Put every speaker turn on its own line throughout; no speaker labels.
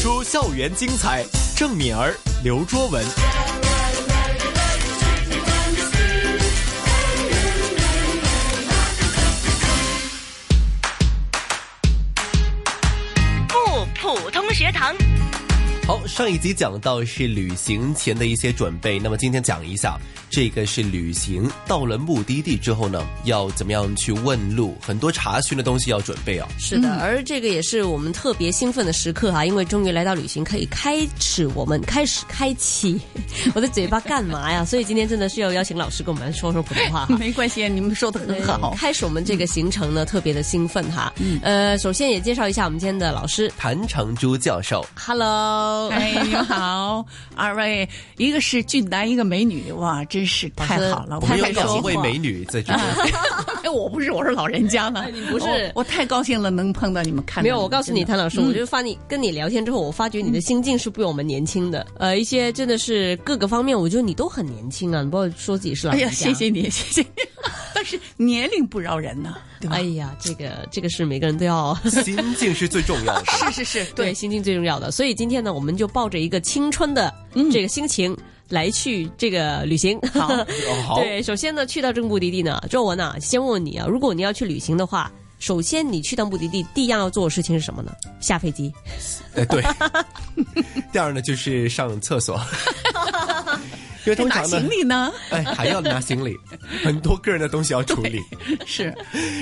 出校园精彩。郑敏儿、刘卓文。
不普通学堂。
好，上一集讲到是旅行前的一些准备，那么今天讲一下，这个是旅行到了目的地之后呢，要怎么样去问路，很多查询的东西要准备啊。
是
嗯
的，而这个也是我们特别兴奋的时刻哈、啊因为终于来到旅行，可以开始我们开始开 启我的嘴巴干嘛呀？所以今天真的是要邀请老师跟我们说说普通话哈。 嗯
没关系，你们说的很嗯好。嗯
开始我们这个行程呢，特别的兴奋哈。呃，首先也介绍一下我们今天的老师
谭长珠教授，
，Hello，
哎，你们好， 二位，一个是俊男，一个美女，哇，真是太好了！
老
我
我
师
们有
太
两
高
位
兴了
美女在这 边，
哎，我不是，我是老人家了。
哎你不是
我我太高兴了，能碰到你们看到
没
你们。
有，我告诉你，
真的嗯
谭老师，我就发你跟你聊天之后，我发觉你的心境是比我们年轻的。呃，一些真的是各个方面，我觉得你都很年轻啊，你不要说自己是老
哎
人家。
呀，谢谢你，谢 谢你。但是年龄不饶人呐、对吧？
哎呀，这个这个是每个人都要
心境是最重要 的。
是是是，
对
对，
心境最重要的。所以今天呢，我们就抱着一个青春的这个心情来去这个旅行。
好
哦好，
对，首先呢，去到这个目的地呢，周文啊，先问问你啊，如果你要去旅行的话。首先，你去到目的地，第一样要做的事情是什么呢？下飞机。
哎对。第二呢，就是上厕 所，因为通
拿
常呢
行，李 呢？
哎还要拿行李，很多个人的东西要处 理。
是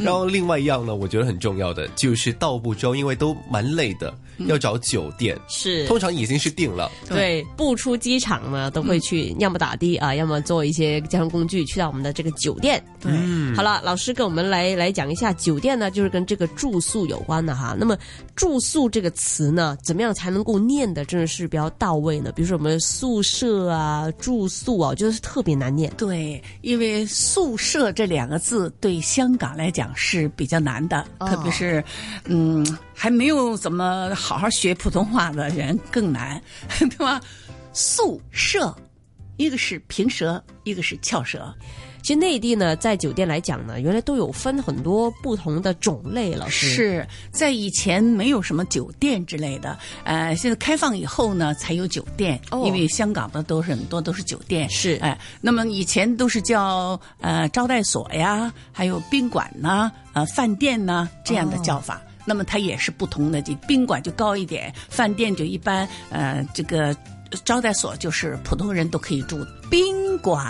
然后另外一样呢，我觉得很重要的就是到步之后，因为都蛮累的，要找酒店，
是
通常已经是定了。
对，嗯步出机场呢，都会去要么打的啊，要么做一些交通工具，去到我们的这个酒店。
对。
好了，老师跟我们来来讲一下酒店呢，就是跟这个住宿有关的哈。那么住宿这个词呢，怎么样才能够念的真的是比较到位呢？比如说我们宿舍啊、住宿啊，我觉得是特别难念。
对，因为宿舍这两个字对香港来讲是比较难的，
哦
特别是，嗯，还没有怎么好好学普通话的人更难， 对吧？宿舍，一个是平舌，一个是翘舌，
哦其实内地呢，在酒店来讲呢，原来都有分很多不同的种类，老师
是在以前没有什么酒店之类的，呃，现在开放以后呢，才有酒店，
哦
因为香港的都是很多都是酒店，
是
哎、那么以前都是叫呃招待所呀，还有宾馆呐、呃饭店呐、这样的叫法。那么它也是不同的，这宾馆就高一点，饭店就一般，呃，这个招待所就是普通人都可以住宾馆。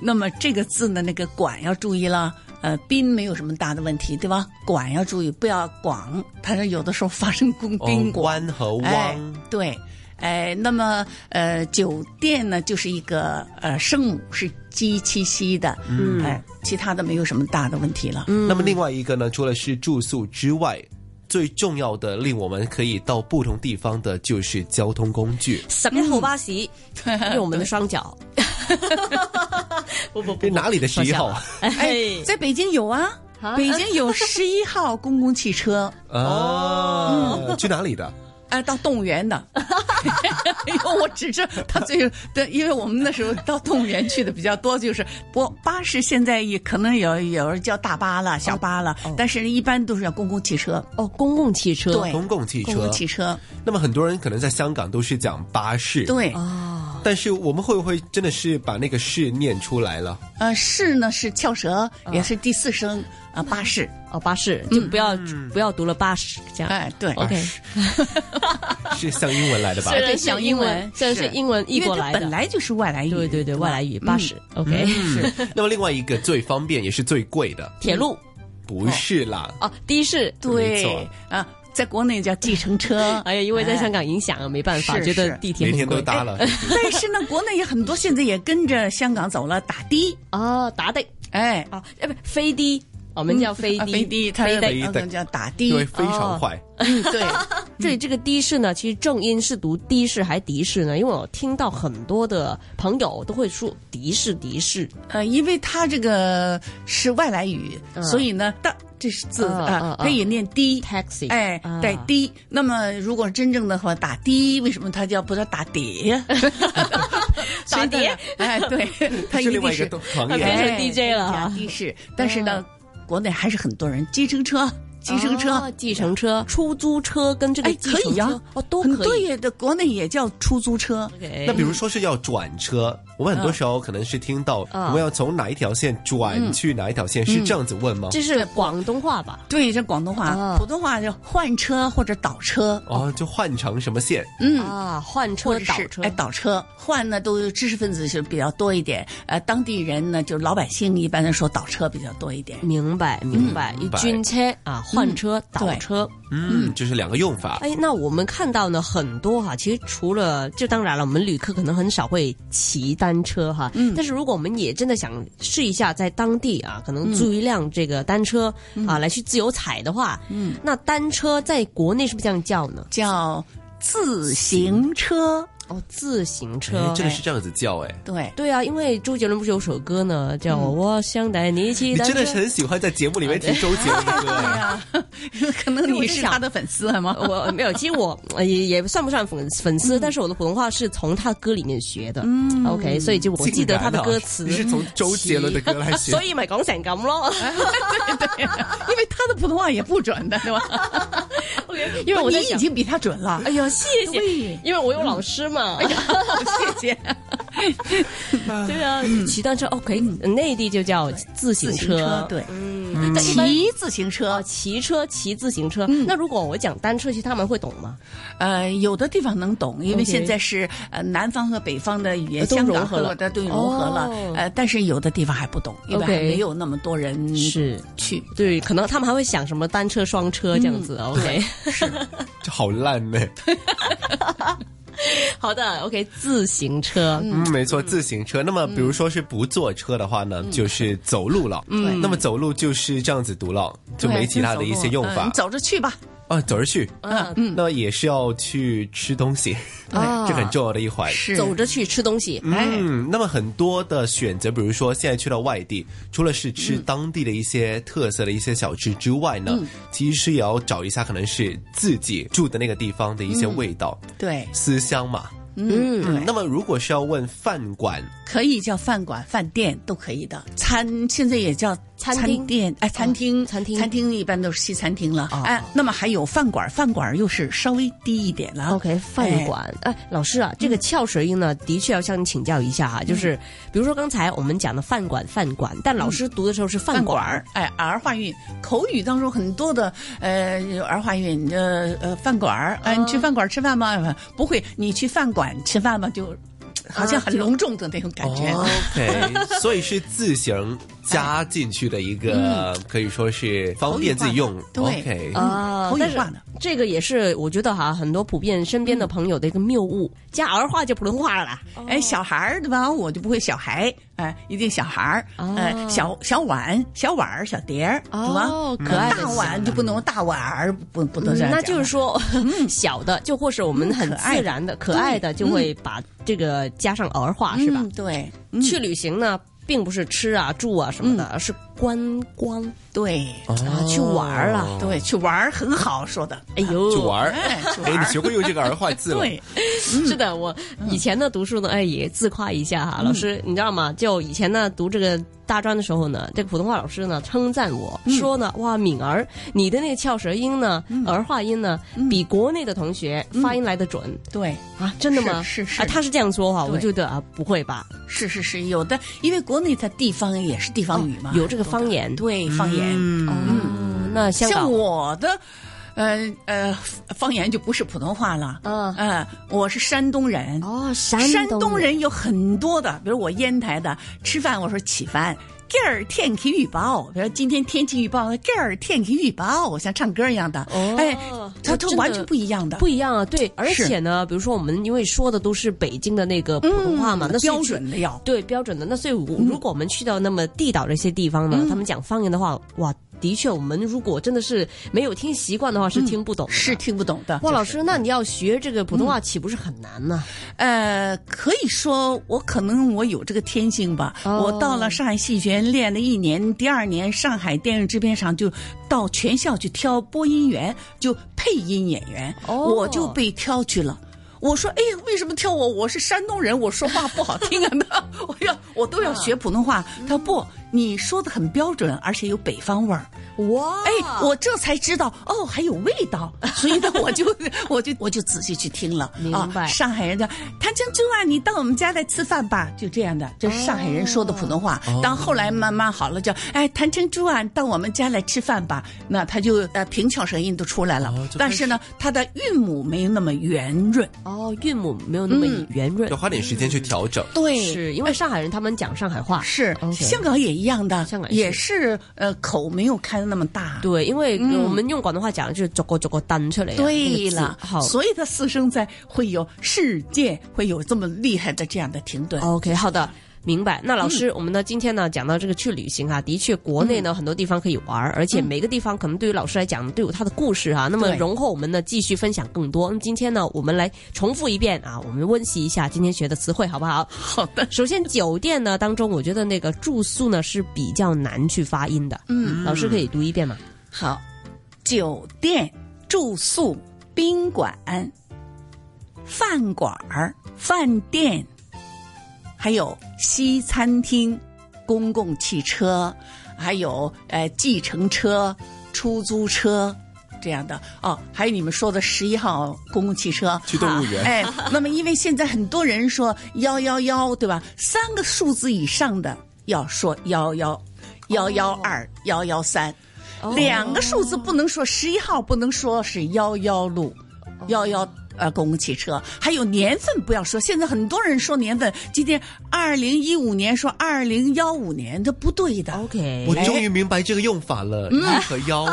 那么这个字呢，那个“管”要注意了。呃，宾没有什么大的问题，对吧？管要注意，不要广。它是有的时候发生公宾
哦，
馆，
湾和
哎
汪，，
对，哎，那么呃，酒店呢，就是一个呃声母是 g 七 c 的，嗯，哎，其他的没有什么大的问题了。
那么另外一个呢，除了是住宿之外，最重要的令我们可以到不同地方的就是交通工具。
什么后巴士，
嗯
用我们的双 脚。不不不
这，哪里的十一号啊？
哎，
在北京有啊
啊，
北京有十一号公共 汽车，
啊，去哪里的？
哎，到动物园的。 因为我只是他最对，因为我们那时候到动物园去的比较多，就是不巴士现在也可能有有人叫大巴了、小巴了，
哦
但是一般都是要公共汽车，
哦，公共汽车，
对
公共汽
公
车
共。汽车，
那么很多人可能在香港都是讲巴士，。
对。
啊，
但是我们会不会真的是把那个“士”念出来了？
呃，是呢是翘舌，也是第四声啊，巴士。
哦，巴士就不要、不要读了巴士这样。
嗯哎，对，
嗯 OK，
是像英文来 的吧？
虽然
对
是
讲
啊英
英文
文，虽然是
是
英文译
因为
过
它
来的，
本来就是外来语，
对对对，
吧
外来语巴士。OK，、
嗯，那么另外一个最方便也是最贵的，
铁路
不是啦，
哦，的士。。
没
对
错
啊，在国内叫计程车
哎呀，因为在香港影响啊，没办法，
是
觉得
是
地铁
每
很
天都
贵。哎
搭了。
但是呢，国内也很多现在也跟着香港走了，打的，
哦，打的
哎，
哦， 哎不，飞的，我们叫飞的，
啊飞的，它
飞
是
的
飞的
啊叫打的
因，为非常坏。
哦
嗯， 对，
对这个的士呢，其实正音是读的士还的士呢？因为我听到很多的朋友都会说的士的士，
呃，因为它这个是外来语，
嗯
所以呢，的这是字
嗯嗯
啊，
嗯
它也念的
taxi，
哎
啊，
带的。那么如果真正的话，打的，为什么它叫不叫打碟？
打碟，
哎， 对，它
这
一
是另外
定
一个
是
动行
它
业
变成
哎
DJ 了啊
打的是，但是呢，国内还是很多人计程车计程车。
哦计程车、出租车跟这个
哎，
计
可
程
以
车
呀、
哦，都
很
可
多
以。
也的，国内也叫出租车。
OK
那比如说是要转车，我们很多时候可能是听到
嗯
我们要从哪一条线转去哪一条线，是这样子问吗？
这是广东话吧？
对，这广东话，
啊
普通话叫换车或者倒车。
哦，就换成什么线？
嗯，
啊，换
或
车
者
倒
是
车
哎，倒车换呢，都知识分子是比较多一点，呃，当地人呢，就是老百姓一般来说倒车比较多一点。
明白明白，
嗯
一
明白
军车啊，换车倒车。
嗯，这是两个用法。
哎，那我们看到呢很多哈，其实除了就当然了，我们旅客可能很少会骑单车哈，嗯，但是如果我们也真的想试一下在当地啊，可能租一辆这个单车、
嗯
啊来去自由踩的话，嗯，那单车在国内是不是这样叫呢？
叫自行车。
哦，自行
哎
车，。
真的是这样子叫哎。
对，
对啊，因为周杰伦不是有首歌呢，叫《我想带你
嗯
骑
你
单车啊
真》。的是很喜欢在节目里面提周杰伦的歌
对
哎。
呀、 可能你是他的粉丝了吗？
我 没有，其实我呃也也算不上粉粉丝，但是我的普通话是从他歌里面学的。嗯，OK，所以 就我记得他的歌词。啊
竟然啊你是从周杰伦的歌来学
所以咪讲成咁咯。
对呀、因为他的普通话也不准的，对吧？
因为我在
你已
想，
经比他准了
哎。呀，谢谢
对，
因为我有老师嘛。
谢谢。
对啊，
嗯
骑单车 OK，内嗯地就叫自行
自行车，对，
嗯，但一般
骑自行车
哦，骑车、骑自行车。那如果我讲单车，其实他们会懂吗？
呃，有的地方能懂，因
OK
为现在是呃南方和北方的语言
都
香
融
港
合
和
了
我的对呃融合了
哦，
呃，但是有的地方还不懂，因为
OK
还没有那么多人
是
去。
对，可能他们还会想什么单车、双车这样子。OK，
这好烂呢、
好的，OK，自行车。
嗯，没错，自行车。那么，比如说是不坐车的话呢，就是走路了。嗯，那么走路就是这样子读了， 就没其他的一些用
嗯
法
你。走着去吧。
啊，走着去。
嗯，
那也是要去吃东西，
啊
这很重要的一环。
哦是
走着去吃东西。
嗯，那么很多的选择，比如说现在去到外地，除了是吃当地的一些特色的一些小吃之外呢，其实也要找一下可能是自己住的那个地方的一些味道，
对，
思乡嘛。
嗯，对
那么如果是要问饭馆，
可以叫饭馆、饭店都可以的。餐现在也叫
餐厅
店，哎，餐厅、
餐厅
餐厅一般都是西餐厅了。哎，那么还有饭馆，饭馆又是稍微低一点了。
OK，饭馆。哎，老师啊，
嗯
这个翘舌音呢，的确要向你请教一下哈。啊就是比如说刚才我们讲的饭馆，饭馆，但老师读的时候是饭
嗯饭
馆
馆
儿
儿，哎，儿化韵，口语当中很多的呃有儿化韵，呃呃饭馆儿，哎，你去饭馆儿吃饭吗？呃不会，你去饭馆吃饭吗？啊就哦好像很隆重的那种感觉。
哦 OK，所以是自行加进去的一个，可以说是方便自己用。
口语化的嗯
OK，
对呃
啊
嗯口语
但是
化嗯的
这个也是我觉得哈，很多普遍身边的朋友的一个谬误，加儿化就普通话了啦。
哎，小孩儿对吧？我就不会小孩，哎，一定小孩儿，
哦
哎，小小碗、小碗儿、小碟儿，对吧？嗯
哦可爱的
大碗就不能大碗儿，不不能
嗯
这样讲了。嗯
那就是说， 小的就或是我们很
可爱
自然的、可
对
爱的，就会把这个加上儿化，是吧
嗯？嗯对，
去旅行呢，并不是吃啊、住啊什么的，而是观光
对，
哦
啊，去玩儿了。
对，去玩儿很好说的。
哎呦，
去 玩儿。
哎， 去
哎，
玩
你
儿，
学会用这个儿化字了。
对，嗯
是的，我以前呢读书呢，哎，也自夸一下哈，老师，你知道吗？就以前呢读这个大专的时候呢，这个普通话老师呢称赞我
嗯
说呢，哇，敏儿，你的那个翘舌音呢，儿化音呢，
嗯
比国内的同学发音来得准
对。
啊，真的吗？
嗯是是是
啊，他是这样说哈，我
对
觉得啊，不会吧？
是是是，有的，因为国内它地方也是地方语嘛，
哦有这个方言，
对方言。哦
嗯，那香
像
港
我的，呃呃，方言就不是普通话了。
嗯
呃，我是山东人。
哦，山
山
东
东人有很多的，比如我烟台的，吃饭我说起饭。这儿天气预报，比如说今天天气预报，这儿天气预报，像唱歌一样的，
哦
哎，它它
真的
完全不一样的，
不一样啊，对，而且呢，比如说我们因为说的都是北京的那个普通话嘛，那所以
嗯标准的要。
对标准的。那所以我，
嗯
如果我们去到那么地道的一些地方呢，他们讲方言的话，哇，的确，我们如果真的是没有听习惯的话，是听不懂的。
嗯是嗯听不懂的。
哇，
就是
老师，那你要学这个普通话，岂不是很难呢？
呃，可以说我可能我有这个天性吧。
哦
我到了上海戏剧学院练了一年，第二年上海电视制片厂就到全校去挑播音员，就配音演员，
哦
我就被挑去了。我说，哎呀，为什么挑我？我是山东人，我说话不好听 啊！那
嗯
我要我都要学普通话。他说不，你说的很标准，而且有北方味儿。
哇，
哎，我这才知道哦，还有味道，所以呢，我就我就我就仔细去听了。
明白
啊、上海人叫谭珍珠啊，你到我们家来吃饭吧，就这样的，这是上海人说的普通话。
哦
当后来慢慢好了，叫哎谭珍珠啊，到我们家来吃饭吧，那他就呃平翘舌音都出来了，
哦就
但是呢，他的韵母没有那么圆润。
哦，韵母没有那么
嗯
圆 润
要，花点时间去调整。
对
是因为上海人他们讲上海话，
是
OK
香港也一样的，
香港也
也是呃口没有开的那么大。
对，因为我们用广东话讲就是逐个逐个单出来啊，
嗯对
那个字
了，
好。
所以它四声在会有世界，会有这么厉害的这样的停顿。
OK，好的。明白，那老
嗯
师，我们呢今天呢讲到这个去旅行哈、啊的确国内呢、很多地方可以玩儿，而且每个地方可能对于老师来讲都有他的故事哈、那么
嗯对
容后我们呢继续分享更多。那嗯么今天呢我们来重复一遍啊，我们温习一下今天学的词汇好不好？
好的，
首先酒店呢当中，我觉得那个住宿呢是比较难去发音的，
嗯，
老师可以读一遍吗？
好，酒店、住宿、宾馆、饭馆儿、饭店，还有西餐厅、公共汽车，还有呃计程车、出租车这样的哦，还有你们说的十一号公共汽车，
去动物园
哎， 那么因为现在很多人说幺幺幺，对吧？三个数字以上的要说幺幺幺幺
哦
二、幺幺三，两个数字不能说，十一号不能说是幺幺路、幺幺。呃，公共汽车还有年份不要说，现在很多人说年份，今天二零一五年说二零幺五年，这不对的。
OK，
我
哎
终于明白这个用法了，
嗯
一和幺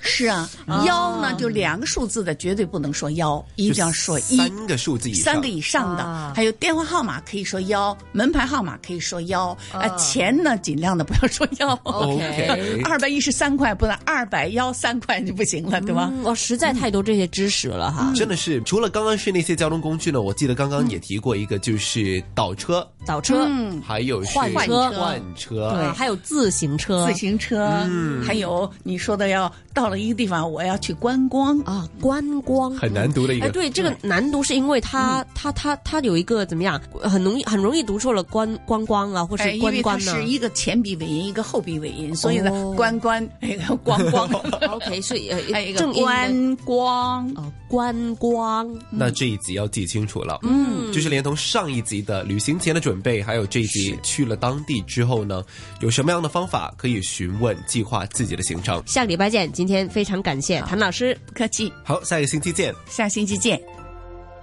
是啊，幺呢就两个数字的绝对不能说幺，一
就
定要说一。
三个数字以上，
三个以上的，
啊
还有电话号码可以说幺，门牌号码可以说幺，呃，钱呢尽量的不要说幺。
哦 OK
二百一十三块，不能二百幺三块就不行了，对吧？
嗯我实在太多这些知识了
嗯
哈。
真的是，除了刚刚是那些交通工具呢，我记得刚刚也提过一个，就是倒车，
倒车、
嗯，
还有是
换车
换车，
啊，还有自行车，
自行车，还有你说的要到了一个地方，我要去观光，
啊，观光
很难读的一
哎，
个。嗯
对，这个难度是因为它它它它有一个怎么样，很容易很容易读错了观观光啊，或是
哎，因
观
为它
光呢
是一个前鼻尾音，一个后鼻尾音，所以呢
哦，
观 光，哎，光光，
？OK，所以
还
呃
有一
正
个
音的
观光，
哦观光
那这一集要记清楚了，嗯，就是连同上一集的旅行前的准备，还有这一集去了当地之后呢，有什么样的方法可以询问计划自己的行程？
下个礼拜见。今天非常感谢谭老师。
不客气，
好，下个星期见。
下星期见。